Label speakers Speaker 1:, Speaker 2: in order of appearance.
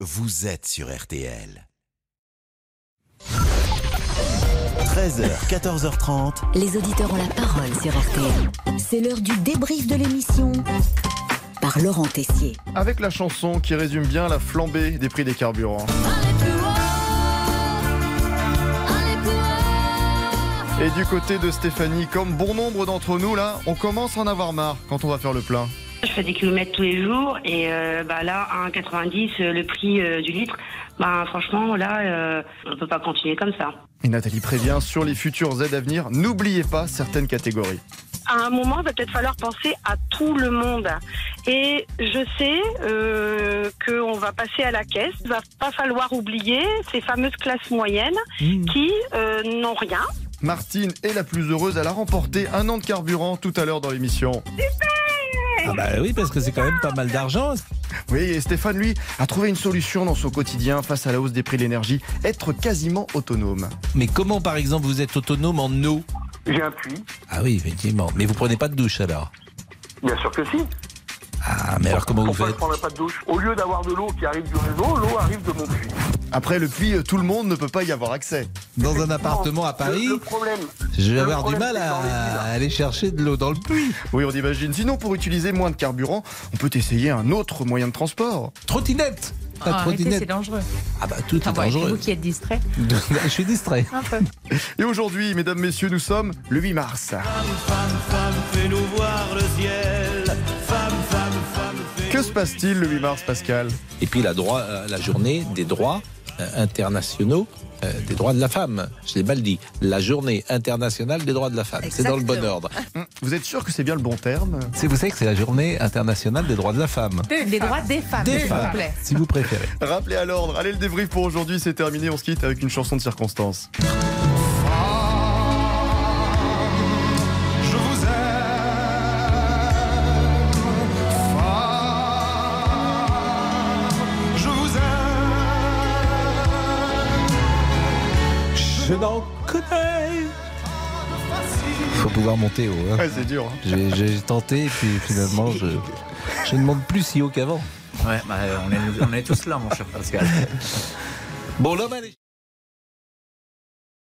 Speaker 1: Vous êtes sur RTL. 13h, 14h30.
Speaker 2: Les auditeurs ont la parole sur RTL. C'est l'heure du débrief de l'émission par Laurent Tessier.
Speaker 3: Avec la chanson qui résume bien la flambée des prix des carburants. Et du côté de Stéphanie, comme bon nombre d'entre nous, là, on commence à en avoir marre quand on va faire le plein.
Speaker 4: Je fais des kilomètres tous les jours et euh, bah là, 1,90 euh, le prix euh, du litre. Bah, franchement, là, euh, on peut pas continuer comme ça.
Speaker 3: Et Nathalie prévient sur les futures aides à venir, n'oubliez pas certaines catégories.
Speaker 5: à un moment, il va peut-être falloir penser à tout le monde. Et je sais euh, qu'on va passer à la caisse. Il va pas falloir oublier ces fameuses classes moyennes qui euh, n'ont rien.
Speaker 3: Martine est la plus heureuse, elle a remporté un an de carburant tout à l'heure dans l'émission.
Speaker 6: Ah bah oui, parce que c'est quand même pas mal d'argent.
Speaker 3: Oui, et Stéphane, lui, a trouvé une solution dans son quotidien face à la hausse des prix de l'énergie, être quasiment autonome.
Speaker 6: Mais comment, par exemple, vous êtes autonome en eau
Speaker 7: J'ai un puits,
Speaker 6: Ah oui, effectivement. Mais vous prenez pas de douche alors
Speaker 7: bien sûr que si.
Speaker 6: Ah, mais alors comment vous
Speaker 7: Pourquoi je
Speaker 6: faites
Speaker 7: prendrais pas de douche Au lieu d'avoir de l'eau qui arrive du réseau, l'eau arrive de mon puits.
Speaker 3: Après le puits, tout le monde ne peut pas y avoir accès.
Speaker 6: Dans un appartement à Paris,
Speaker 7: Le, le problème,
Speaker 6: je vais
Speaker 7: le
Speaker 6: avoir du
Speaker 7: problème,
Speaker 6: mal
Speaker 7: c'est dans les villes.
Speaker 6: à aller chercher de l'eau dans le puits.
Speaker 3: Oui, on imagine. Sinon, pour utiliser moins de carburant, on peut essayer un autre moyen de transport.
Speaker 6: Trottinette Pas de
Speaker 8: Ah, arrêtez, c'est
Speaker 6: trottinette.
Speaker 8: dangereux.
Speaker 6: Ah bah tout est
Speaker 8: Enfin, bon, c'est vous
Speaker 6: dangereux.
Speaker 8: qui êtes distrait.
Speaker 6: je suis distrait.
Speaker 8: Un peu.
Speaker 3: Et aujourd'hui, mesdames, messieurs, nous sommes le 8 mars. Que se passe-t-il le 8 mars, Pascal
Speaker 6: Et puis la, droit, euh, la journée des droits euh, internationaux euh, des droits de la femme. Je l'ai mal dit. La journée internationale des droits de la femme. C'est dans le bon ordre.
Speaker 3: Hmm, Vous êtes sûr que c'est bien le bon terme
Speaker 6: C'est- Vous savez que c'est la journée internationale des droits de la femme.
Speaker 8: Des droits des femmes,
Speaker 6: Des
Speaker 8: s'il vous
Speaker 6: femmes,
Speaker 8: plaît.
Speaker 6: si vous préférez.
Speaker 3: Rappelez à l'ordre. Allez, le débrief pour aujourd'hui, c'est terminé. On se quitte avec une chanson de circonstance.
Speaker 6: Je n'en connais. Faut pouvoir monter haut. hein.
Speaker 3: Ouais, c'est dur. hein.
Speaker 6: J'ai- J'ai tenté, et puis finalement, je, je ne monte plus si haut qu'avant.
Speaker 9: Ouais, bah, on, est, on est tous là, mon cher Pascal.
Speaker 6: Bon, l'homme a les-